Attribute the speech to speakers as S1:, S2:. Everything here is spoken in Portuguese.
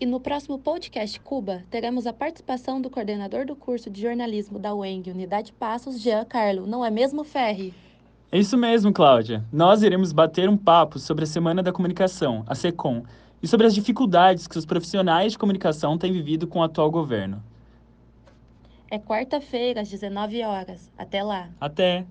S1: E no próximo podcast Cuba, teremos a participação do coordenador do curso de jornalismo da UENG, Unidade Passos, Jean Carlo. Não é mesmo, Ferri?
S2: É isso mesmo, Cláudia. Nós iremos bater um papo sobre a Semana da Comunicação, a SECOM, e sobre as dificuldades que os profissionais de comunicação têm vivido com o atual governo.
S1: É quarta-feira, às 19 horas. Até lá.
S2: Até!